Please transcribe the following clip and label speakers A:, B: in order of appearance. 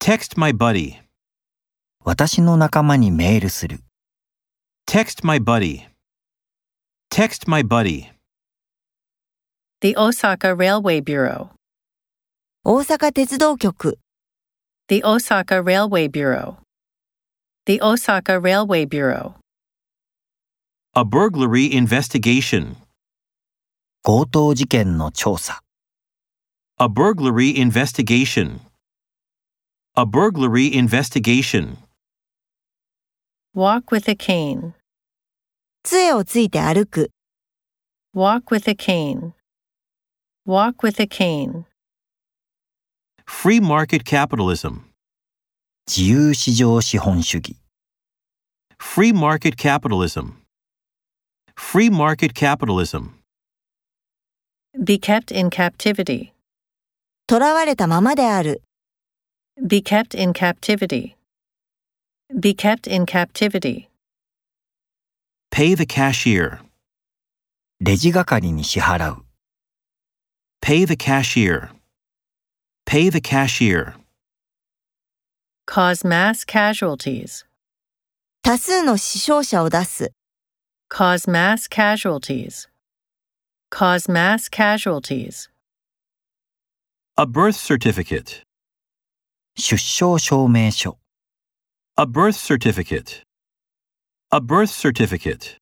A: Text my buddy.
B: 私の仲間にメールする。
A: Text my buddy. Text my buddy.
C: the Osaka Railway Bureau,
D: 大阪鉄道局
C: the Osaka Railway Bureau, the Osaka Railway Bureau,
A: A burglary investigation.
B: 強盗事件の調査。
A: A burglary investigation. A burglary investigation.
C: walk with a cane,
D: 杖をついて歩く
C: walk with a cane, walk with a cane,
A: Free market capitalism.
B: 自由市場資本主義。
A: Free market capitalism. Free market capitalism.
C: be kept in captivity,
D: 囚われたままである
C: be kept in captivity, be kept in captivity,
A: Pay the cashier.
B: レジ係に支払う。
A: Pay the cashier. Pay the cashier.
C: cause mass casualties,
D: 多数の死傷者を出す
C: cause mass casualties, cause mass casualties,
A: A birth certificate.
B: 出生証明書。
A: A birth certificate. A birth certificate.